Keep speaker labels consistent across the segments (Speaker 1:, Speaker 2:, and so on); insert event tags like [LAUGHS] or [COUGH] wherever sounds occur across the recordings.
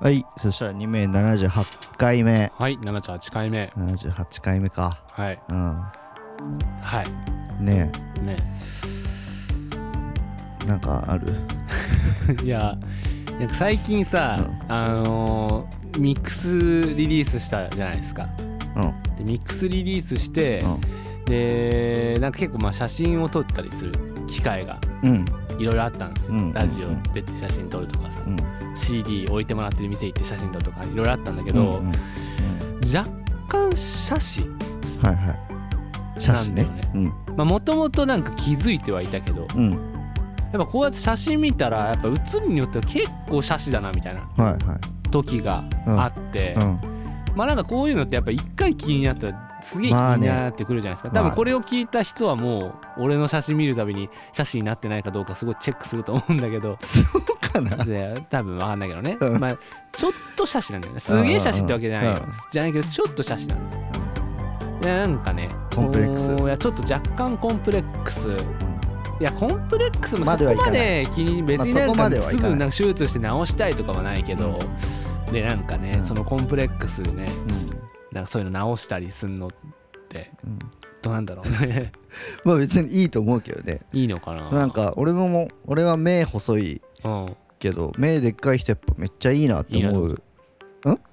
Speaker 1: はいそしたら2名78回目
Speaker 2: はい78回目
Speaker 1: 78回目か
Speaker 2: はい
Speaker 1: うん
Speaker 2: はい
Speaker 1: ね
Speaker 2: ね [LAUGHS]
Speaker 1: えなんかある
Speaker 2: いやなんか最近さ、あのーミックスリリースしたじゃないですか
Speaker 1: うん
Speaker 2: でミックスリリースして、でなんか結構まあ写真を撮ったりする機会が
Speaker 1: うんうん
Speaker 2: いろいろあったんですよ、
Speaker 1: うん
Speaker 2: ラジオ出て写真撮るとかさ、
Speaker 1: うん
Speaker 2: CD 置いてもらってる店行って写真撮るとかいろいろあったんだけ
Speaker 1: う
Speaker 2: ど、
Speaker 1: んうんうん
Speaker 2: 若干写真
Speaker 1: はいはい写真ね
Speaker 2: なんだよ
Speaker 1: うん
Speaker 2: まあもともとなんか気づいてはいたけどや
Speaker 1: うん
Speaker 2: っぱこうやって写真見たらやっぱ写りによっては結構写真だなみたいな
Speaker 1: はいはい
Speaker 2: 時があって、
Speaker 1: うん [LAUGHS]
Speaker 2: まあなんかこういうのってやっぱ一回気になったらすげえ気
Speaker 1: まあ
Speaker 2: に
Speaker 1: ね
Speaker 2: なってくるじゃないですか、
Speaker 1: まあね
Speaker 2: 多分これを聞いた人はもう俺の写真見るたびに写真になってないかどうかすごいチェックすると思うんだけど
Speaker 1: そうかな
Speaker 2: で多分分かんないけどね、
Speaker 1: うん
Speaker 2: まあちょっと写真なんだよねすげえ写真ってわけじゃないよ、
Speaker 1: うん
Speaker 2: じゃないけどちょっと写真なんだよいやなんかね
Speaker 1: コンプレックス
Speaker 2: こういやちょっと若干コンプレックスいやコンプレックスもそ
Speaker 1: ま
Speaker 2: こ
Speaker 1: ではいか
Speaker 2: ま
Speaker 1: ない
Speaker 2: で気に別にな
Speaker 1: ま
Speaker 2: ん
Speaker 1: あそこま
Speaker 2: か
Speaker 1: ではい
Speaker 2: す
Speaker 1: か
Speaker 2: ぐ
Speaker 1: ない
Speaker 2: なんか手術して治したいとかはないけど、でなんかね、
Speaker 1: うん
Speaker 2: そのコンプレックスでね
Speaker 1: うんうん
Speaker 2: なんかそういうの直したりすんのって
Speaker 1: うん
Speaker 2: どうなんだろうね
Speaker 1: まあ別にいいと思うけどね
Speaker 2: [LAUGHS] いいのかな
Speaker 1: そうなん、か俺も俺は目細い
Speaker 2: うん、
Speaker 1: けど目でっかい人やっぱめっちゃいいなって思う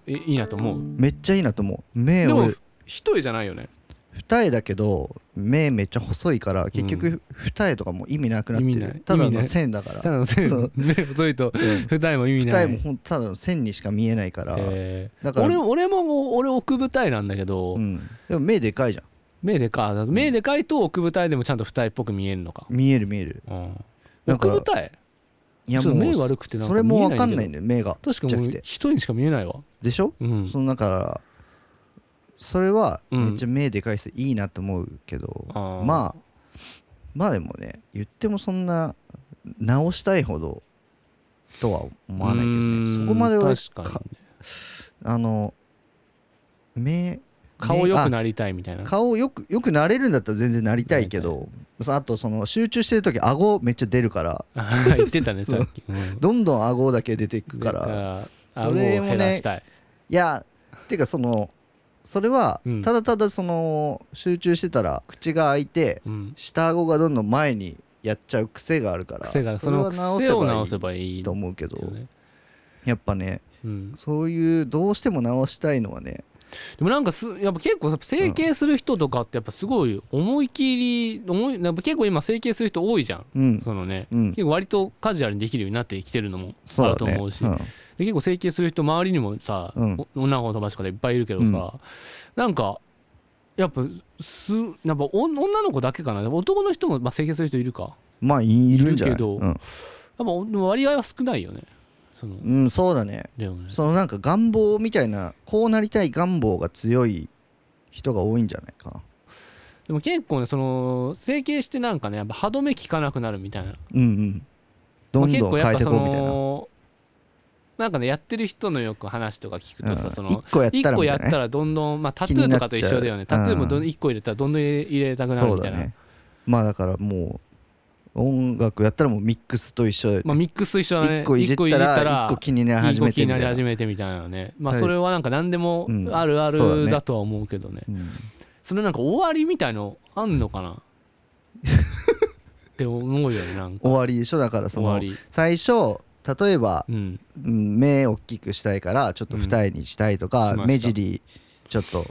Speaker 2: いいいなと思う
Speaker 1: めっちゃいいなと思う目
Speaker 2: でも
Speaker 1: 俺
Speaker 2: 一重じゃないよね
Speaker 1: 二重だけど目めっちゃ細いから結局二重とかもう意味なくなっ
Speaker 2: 意
Speaker 1: て
Speaker 2: 味ない
Speaker 1: るただ
Speaker 2: 意味な
Speaker 1: の
Speaker 2: い
Speaker 1: 線だか
Speaker 2: た
Speaker 1: ら
Speaker 2: [LAUGHS] だの線
Speaker 1: そう
Speaker 2: 目細いと二重も意味
Speaker 1: 二
Speaker 2: ない
Speaker 1: 重もほんとただの線にしか見えないから
Speaker 2: えー
Speaker 1: だから
Speaker 2: 俺俺も俺奥舞台なんだけど、
Speaker 1: うんでも目でかいじゃん
Speaker 2: 目でか目でかいと奥舞台でもちゃんと二重っぽく見えるのか、
Speaker 1: 見える見える
Speaker 2: うん、
Speaker 1: だか
Speaker 2: 奥
Speaker 1: ら
Speaker 2: 舞台
Speaker 1: いや
Speaker 2: そ
Speaker 1: も
Speaker 2: う
Speaker 1: う
Speaker 2: 目悪くてなんか
Speaker 1: それも分かん
Speaker 2: 見えな
Speaker 1: ないいんだよ目がちっ
Speaker 2: 確
Speaker 1: ち
Speaker 2: か
Speaker 1: ゃ
Speaker 2: も
Speaker 1: く
Speaker 2: う
Speaker 1: て
Speaker 2: 一人にしか見えないわ
Speaker 1: でしょ
Speaker 2: うん
Speaker 1: そのだからそれは
Speaker 2: うん
Speaker 1: めっちゃ目でかい人いいなと思うけど
Speaker 2: あー
Speaker 1: まあまあでもね言ってもそんな直したいほどとは思わないけど
Speaker 2: うーん
Speaker 1: ねそこまでは
Speaker 2: 確かにね
Speaker 1: あの目
Speaker 2: 顔良く
Speaker 1: る
Speaker 2: なりたいみたいな
Speaker 1: 顔よくよくなれるんだったら全然なりたいけどそうあとその集中してる時顎めっちゃ出るから
Speaker 2: あー言ってたねさっきうん
Speaker 1: どんどん顎だけ出ていくか
Speaker 2: だ
Speaker 1: ら
Speaker 2: あ
Speaker 1: それも
Speaker 2: も
Speaker 1: ね
Speaker 2: う減らしたい
Speaker 1: いやてかそのそれは
Speaker 2: うん
Speaker 1: ただただその集中してたら口が開いて
Speaker 2: うん
Speaker 1: 下顎がどんどん前にやっちゃう癖があるから
Speaker 2: 癖がそ
Speaker 1: れ
Speaker 2: の
Speaker 1: は直
Speaker 2: 癖
Speaker 1: せ
Speaker 2: を
Speaker 1: ば
Speaker 2: 直
Speaker 1: い
Speaker 2: せばい
Speaker 1: い
Speaker 2: い
Speaker 1: と思うけど
Speaker 2: よね
Speaker 1: やっぱね
Speaker 2: うんで
Speaker 1: そういうどうしても直したいのはね
Speaker 2: もなんかすやっぱ結構さ整形する人とかってやっぱすごい思い切り思いやっぱ結構今整形する人多いじゃん
Speaker 1: うん
Speaker 2: そのね
Speaker 1: うん
Speaker 2: 結構割とカジュアルにできるようになってきてるのも
Speaker 1: そう
Speaker 2: ある
Speaker 1: だ
Speaker 2: と
Speaker 1: ね
Speaker 2: 思うし
Speaker 1: うん
Speaker 2: で結構整形する人周りにもさ、
Speaker 1: うん
Speaker 2: お女の子の友達からいっぱいいるけどさ、
Speaker 1: うん
Speaker 2: なんかやっぱすやっぱお女の子だけかな男の人も、まあ、整形する人いるか
Speaker 1: まあいいるんじゃない
Speaker 2: いるけど
Speaker 1: うん
Speaker 2: やっぱおでも割合は少ないよねその
Speaker 1: うんそうだね
Speaker 2: レオね
Speaker 1: そのなんか願望みたいなこうなりたい願望が強い人が多いんじゃないかな
Speaker 2: でも結構ねその整形してなんかねやっぱ歯止め効かなくなるみたいな
Speaker 1: うんうんどんどん
Speaker 2: まあ
Speaker 1: 変えて
Speaker 2: 結
Speaker 1: こ
Speaker 2: 構
Speaker 1: う
Speaker 2: やっ
Speaker 1: み
Speaker 2: ぱ
Speaker 1: たいな
Speaker 2: そのなんかねやってる人のよく話とか聞くとさ、その
Speaker 1: 1個やっ
Speaker 2: 一
Speaker 1: たら
Speaker 2: 個
Speaker 1: み
Speaker 2: や
Speaker 1: た
Speaker 2: っ
Speaker 1: いな
Speaker 2: た
Speaker 1: ね
Speaker 2: らどんどんまあタトゥーとかと一緒だよね
Speaker 1: 気になっちゃう
Speaker 2: タトゥーもど
Speaker 1: うん
Speaker 2: ん1個入れたらどんどん入れたくなる
Speaker 1: そう
Speaker 2: みた
Speaker 1: だ
Speaker 2: いな、
Speaker 1: ねまあだからもう音楽やったらもうミックスと一緒だよね
Speaker 2: まあ、ミックスと一緒だね
Speaker 1: 1個いじったら1個気になり
Speaker 2: いい
Speaker 1: 始
Speaker 2: 動
Speaker 1: め
Speaker 2: き
Speaker 1: て
Speaker 2: に
Speaker 1: み
Speaker 2: な
Speaker 1: たい
Speaker 2: り
Speaker 1: な
Speaker 2: 始めてみたいなねまあ
Speaker 1: はい
Speaker 2: それはなんか何でも
Speaker 1: うん
Speaker 2: あるあ
Speaker 1: そうだ
Speaker 2: る
Speaker 1: ね
Speaker 2: だとは思うけどね
Speaker 1: うん
Speaker 2: それなんか終わりみたいのあんのかなって思うよねなんか
Speaker 1: 終わりでしょだからそ
Speaker 2: 終
Speaker 1: の
Speaker 2: わり
Speaker 1: 最初例えば
Speaker 2: うん
Speaker 1: うん目大きくしたいからちょっと二重にしたいとか
Speaker 2: うんしました
Speaker 1: 目尻ちょっと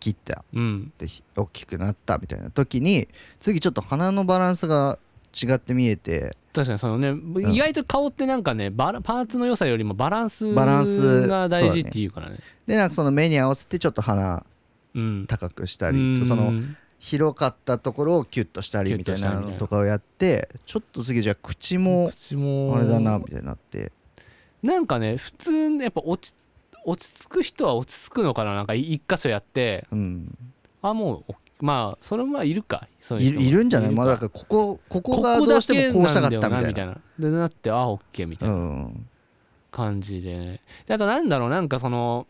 Speaker 1: 切った
Speaker 2: うん
Speaker 1: って大きくなったみたいな時に次ちょっと鼻のバランスが違って見えて
Speaker 2: 確かにそのね意外と顔ってなんかねバラパーツの良さよりもバランス
Speaker 1: バランス
Speaker 2: が大事っていうからね
Speaker 1: でなんかその目に合わせてちょっと鼻
Speaker 2: うん
Speaker 1: 高くしたり
Speaker 2: うん
Speaker 1: その広かったところをキュッとしたりみたいなのとかをやってちょっと次じゃあ口も
Speaker 2: 口も
Speaker 1: あれだなみたいになって
Speaker 2: なんかね普通やっぱ落ち落ち着く人は落ち着くのかななんかい一箇所やって
Speaker 1: うん
Speaker 2: あもうおまあそれはいるかそういう
Speaker 1: い
Speaker 2: 人も
Speaker 1: るいるんじゃない
Speaker 2: か
Speaker 1: まあだからここここが
Speaker 2: こ
Speaker 1: どうしてもこうしたかっ
Speaker 2: だ
Speaker 1: た
Speaker 2: けなんだよな
Speaker 1: み
Speaker 2: み
Speaker 1: た
Speaker 2: た
Speaker 1: い
Speaker 2: いなでなってあオッケーみたい
Speaker 1: なう
Speaker 2: なん感じでねであとなんだろうなんかその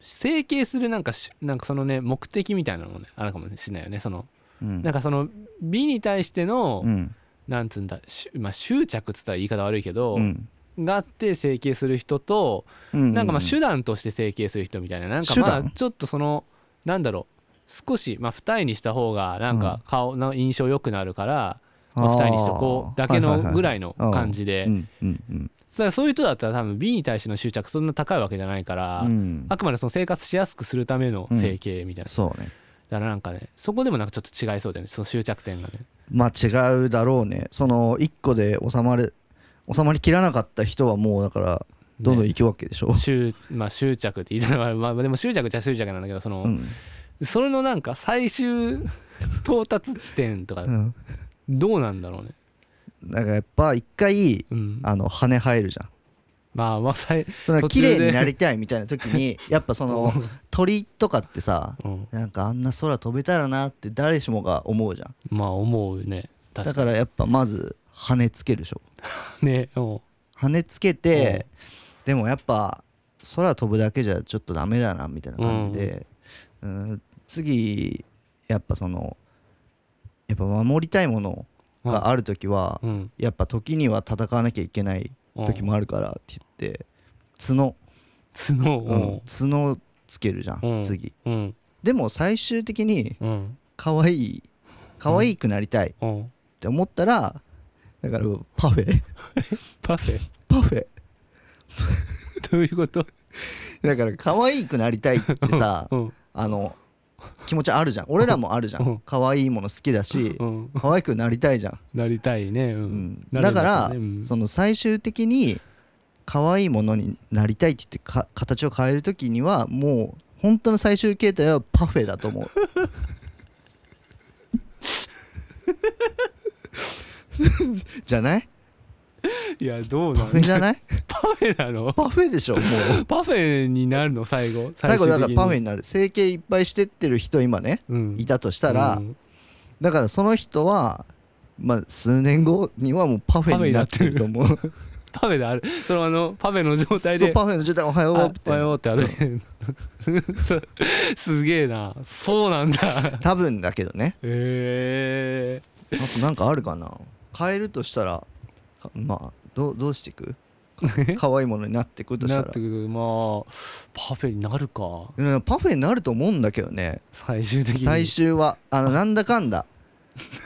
Speaker 2: 整形するなんかしなんかそのね目的みたいなのもねあるかもしれないよねその
Speaker 1: うん
Speaker 2: なんかその美に対しての
Speaker 1: うん
Speaker 2: なんつうんだしまあ執着っつったら言い方悪いけど
Speaker 1: うん
Speaker 2: があって整形する人と
Speaker 1: な
Speaker 2: なんかまあ手段として整形する人みたいななんかま
Speaker 1: 手
Speaker 2: あ
Speaker 1: 段
Speaker 2: ちょっとそのなんだろう少しまあ二重にした方がなんか顔の印象良くなるから、まあ、二重にしてこうだけのぐらいの感じで
Speaker 1: うんうんうん
Speaker 2: それはそういう人だったら多分美に対しての執着そんな高いわけじゃないから、
Speaker 1: うん
Speaker 2: あくまでその生活しやすくするための整形みたいな、
Speaker 1: そうね
Speaker 2: だからなんかねそこでもなんかちょっと違いそうだよねそ
Speaker 1: [LAUGHS]
Speaker 2: の執着点がね
Speaker 1: まあ違うだろうねその一個で収まれ収まりきらなかった人はもうだからどんどん
Speaker 2: ね
Speaker 1: 行くわけでしょ、
Speaker 2: 執まあ、執着って言いたいのは、まあ、でも執着っちゃ執着なんだけどその、
Speaker 1: うん
Speaker 2: それのなんか最終到達地点とか
Speaker 1: うん
Speaker 2: どうなんだろうね
Speaker 1: なんかやっぱ一回
Speaker 2: うん
Speaker 1: あの羽入るじゃん
Speaker 2: まあまあさい
Speaker 1: その
Speaker 2: 途中
Speaker 1: 綺
Speaker 2: で
Speaker 1: 麗になりたいみたいな時
Speaker 2: [LAUGHS]
Speaker 1: にやっぱその鳥とかってさ
Speaker 2: うん、
Speaker 1: なんかあんな空飛べたらなって誰しもが思うじゃん
Speaker 2: まあ思うね
Speaker 1: だ
Speaker 2: 確か
Speaker 1: からやっぱまず羽つけるでしょ
Speaker 2: にねうん
Speaker 1: 羽つけて、でもやっぱ空飛ぶだけじゃちょっとダメだなみたいな感じで、うん、次やっぱそのやっぱ守りたいものがある時は、
Speaker 2: うん
Speaker 1: やっぱ時には戦わなきゃいけない
Speaker 2: うん
Speaker 1: 時もあるからって言って角、
Speaker 2: 角
Speaker 1: う
Speaker 2: うんん、
Speaker 1: 角つけるじゃん、
Speaker 2: うん
Speaker 1: 次
Speaker 2: うん
Speaker 1: でも最終的に
Speaker 2: うん
Speaker 1: 可愛い可愛くなりたいっ
Speaker 2: うん
Speaker 1: て思ったらだからパフェ
Speaker 2: パフェ [LAUGHS]
Speaker 1: パフェ
Speaker 2: どういうこと
Speaker 1: だから可愛くなりたいって
Speaker 2: [LAUGHS]
Speaker 1: さ
Speaker 2: うん
Speaker 1: あの気持ちあるじゃ
Speaker 2: [LAUGHS]
Speaker 1: ん俺らもあるじゃ
Speaker 2: うんん
Speaker 1: 可愛いもの好きだし
Speaker 2: うん [LAUGHS]
Speaker 1: 可愛くなりたいじゃん、
Speaker 2: なりたいねう
Speaker 1: うんん、
Speaker 2: なる
Speaker 1: だ
Speaker 2: ん
Speaker 1: か
Speaker 2: だ
Speaker 1: ら
Speaker 2: けどねうん
Speaker 1: その最終的に可愛いものになりたいって言ってか形を変える時にはもう本当の最終形態はパフェだと
Speaker 2: [LAUGHS]
Speaker 1: 思うじゃない
Speaker 2: いやどう
Speaker 1: パ
Speaker 2: なの
Speaker 1: フェじゃない
Speaker 2: [LAUGHS] パフェなの
Speaker 1: パフェでしょもう
Speaker 2: パフェになるの最後
Speaker 1: [LAUGHS] 最後だからパフェ
Speaker 2: に
Speaker 1: になる整形いっぱいしてってる人今ね
Speaker 2: うん
Speaker 1: いたとしたら、
Speaker 2: うん
Speaker 1: だからその人は、まあ、数年後にはもうパフェになってると思う。
Speaker 2: パフェであるそのあのパフェの状態
Speaker 1: そう
Speaker 2: で
Speaker 1: パフェの状態おはよ
Speaker 2: お
Speaker 1: う
Speaker 2: は
Speaker 1: って
Speaker 2: ようって歩いてる [LAUGHS] そすげえなそうなんだ
Speaker 1: 多分だけどね
Speaker 2: へえ
Speaker 1: あとなんかあるかな変えるとしたらかまあどうどうしてい
Speaker 2: [LAUGHS]
Speaker 1: くか可愛いものになっていくとし
Speaker 2: な
Speaker 1: た
Speaker 2: って
Speaker 1: ら
Speaker 2: くるまあパフェになるか
Speaker 1: うんパフェになると思うんだけどね
Speaker 2: 最終的に
Speaker 1: 最終はあのなんだかんだ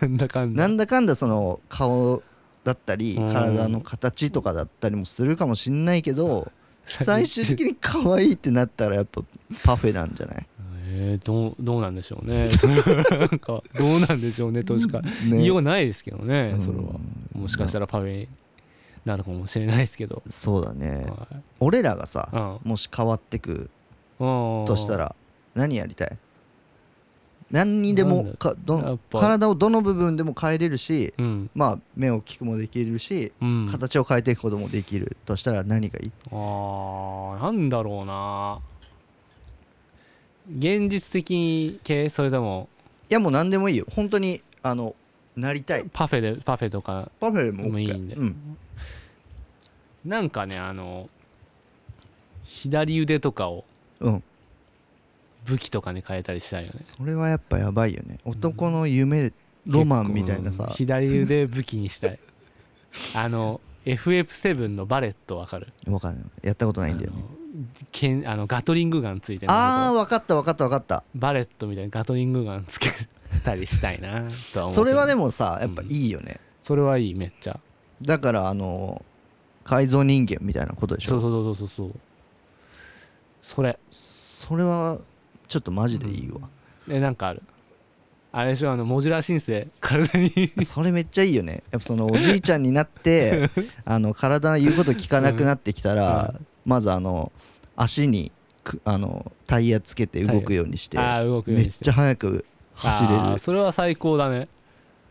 Speaker 2: なんだかんだ
Speaker 1: なんだかんだその顔だったり
Speaker 2: うん
Speaker 1: 体の形とかだったりもするかもしんないけ
Speaker 2: [LAUGHS]
Speaker 1: ど最終的に可愛いってなったらやっぱパフェなんじゃ
Speaker 2: [LAUGHS]
Speaker 1: ない
Speaker 2: えー、どうどうなんでしょうねそれはなんかどうなんでしょうねとしか言いようがないですけどねそれは
Speaker 1: うん
Speaker 2: もしかしたらパフェになるかもしれないですけど、
Speaker 1: そうだね
Speaker 2: はい
Speaker 1: 俺らがさ
Speaker 2: うん
Speaker 1: もし変わってく
Speaker 2: うん
Speaker 1: としたら何やりたい何にでも
Speaker 2: なんだ
Speaker 1: かど
Speaker 2: やっ
Speaker 1: の
Speaker 2: ぱ
Speaker 1: 体をどの部分でも変えれるし
Speaker 2: うん、
Speaker 1: まあ目を大きくもできるし
Speaker 2: うん、
Speaker 1: 形を変えていくこともできるとしたら何がいい
Speaker 2: あーなんだろうな現実的系それとも
Speaker 1: いやもう何でもいいよ本当にあのなりたい
Speaker 2: パフェでパフェとか
Speaker 1: パフェでも OK
Speaker 2: もういいんで
Speaker 1: うん、
Speaker 2: なんかねあの左腕とかを
Speaker 1: うん、
Speaker 2: 武器とかに変えたりしたいよね
Speaker 1: それはやっぱやばいよね男の夢ロマンみたいな
Speaker 2: うん
Speaker 1: さ
Speaker 2: 左腕武器に
Speaker 1: [LAUGHS]
Speaker 2: したいあの FF7 のバレットわかる
Speaker 1: わかんないやったことないんだよね
Speaker 2: あのけんあのガトリングガンついてるんだ
Speaker 1: あー分かった分かった分かった
Speaker 2: けどバレットみたいにガトリングガンつけたりしたいなとは思うけど
Speaker 1: [LAUGHS] それはでもさやっぱいいよね、
Speaker 2: それはいいめっちゃ
Speaker 1: だからあの改造人間みたいなことでし
Speaker 2: そう
Speaker 1: ょ
Speaker 2: そうそうそうそうそれ
Speaker 1: それはちょっとマジでいいわ、
Speaker 2: えなんかあるあれでしょあのモジュラー申請体に
Speaker 1: [LAUGHS] それめっちゃいいよねやっぱそのおじいちゃんになって
Speaker 2: [LAUGHS]
Speaker 1: あの体の言うこと聞かなくなってきたら、まずあの足にくあのタイヤつけて動くようにして
Speaker 2: ああ動くよう
Speaker 1: めっ
Speaker 2: にして
Speaker 1: ちゃ速く走れ
Speaker 2: あー
Speaker 1: る
Speaker 2: それは最高だね、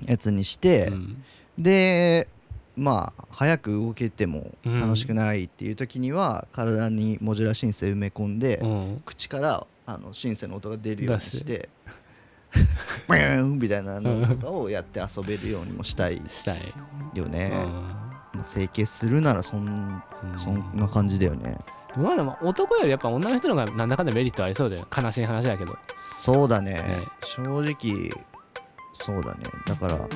Speaker 1: やつにして
Speaker 2: う、ん
Speaker 1: でまあ早く動けても楽しくないっていう時には、体にモジュラシンセ埋め込んで、
Speaker 2: うん、
Speaker 1: 口からあのシンセの音が出るようにし
Speaker 2: 出して
Speaker 1: [LAUGHS] ブーンみたいなのとかをやって遊べるようにもしたい
Speaker 2: したい、
Speaker 1: よね、
Speaker 2: う
Speaker 1: まあ整形するならそん
Speaker 2: ん
Speaker 1: そんな感じだよね
Speaker 2: でもまあでも男よりやっぱ女の人の方がなんだかんだメリットありそうだよ悲しい話だけど
Speaker 1: そうだね
Speaker 2: ね
Speaker 1: 正直そうだねだからもう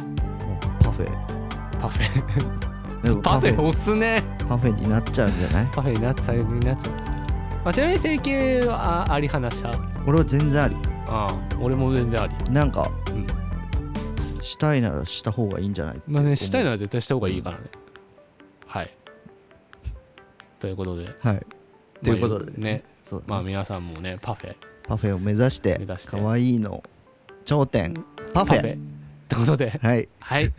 Speaker 1: パフェ
Speaker 2: パフェ
Speaker 1: でも
Speaker 2: [LAUGHS] パフェ
Speaker 1: パ
Speaker 2: 押すね
Speaker 1: パフェになっちゃうんじゃない
Speaker 2: パフェになっちゃうになっちゃう、まあ、ちなみに整形はああり話し
Speaker 1: 俺は全然あり
Speaker 2: ああ俺も全然あり、
Speaker 1: なんか
Speaker 2: うん
Speaker 1: したいならした方がいいんじゃない
Speaker 2: まあね、したいなら絶対した方がいいからねはいということで
Speaker 1: はいということで
Speaker 2: まあね
Speaker 1: そう
Speaker 2: まあ皆さんもねパフェ
Speaker 1: パフェを目指して
Speaker 2: 目指して
Speaker 1: 可愛いの頂点パフ
Speaker 2: パ
Speaker 1: ェ
Speaker 2: フェってことで
Speaker 1: はい
Speaker 2: はい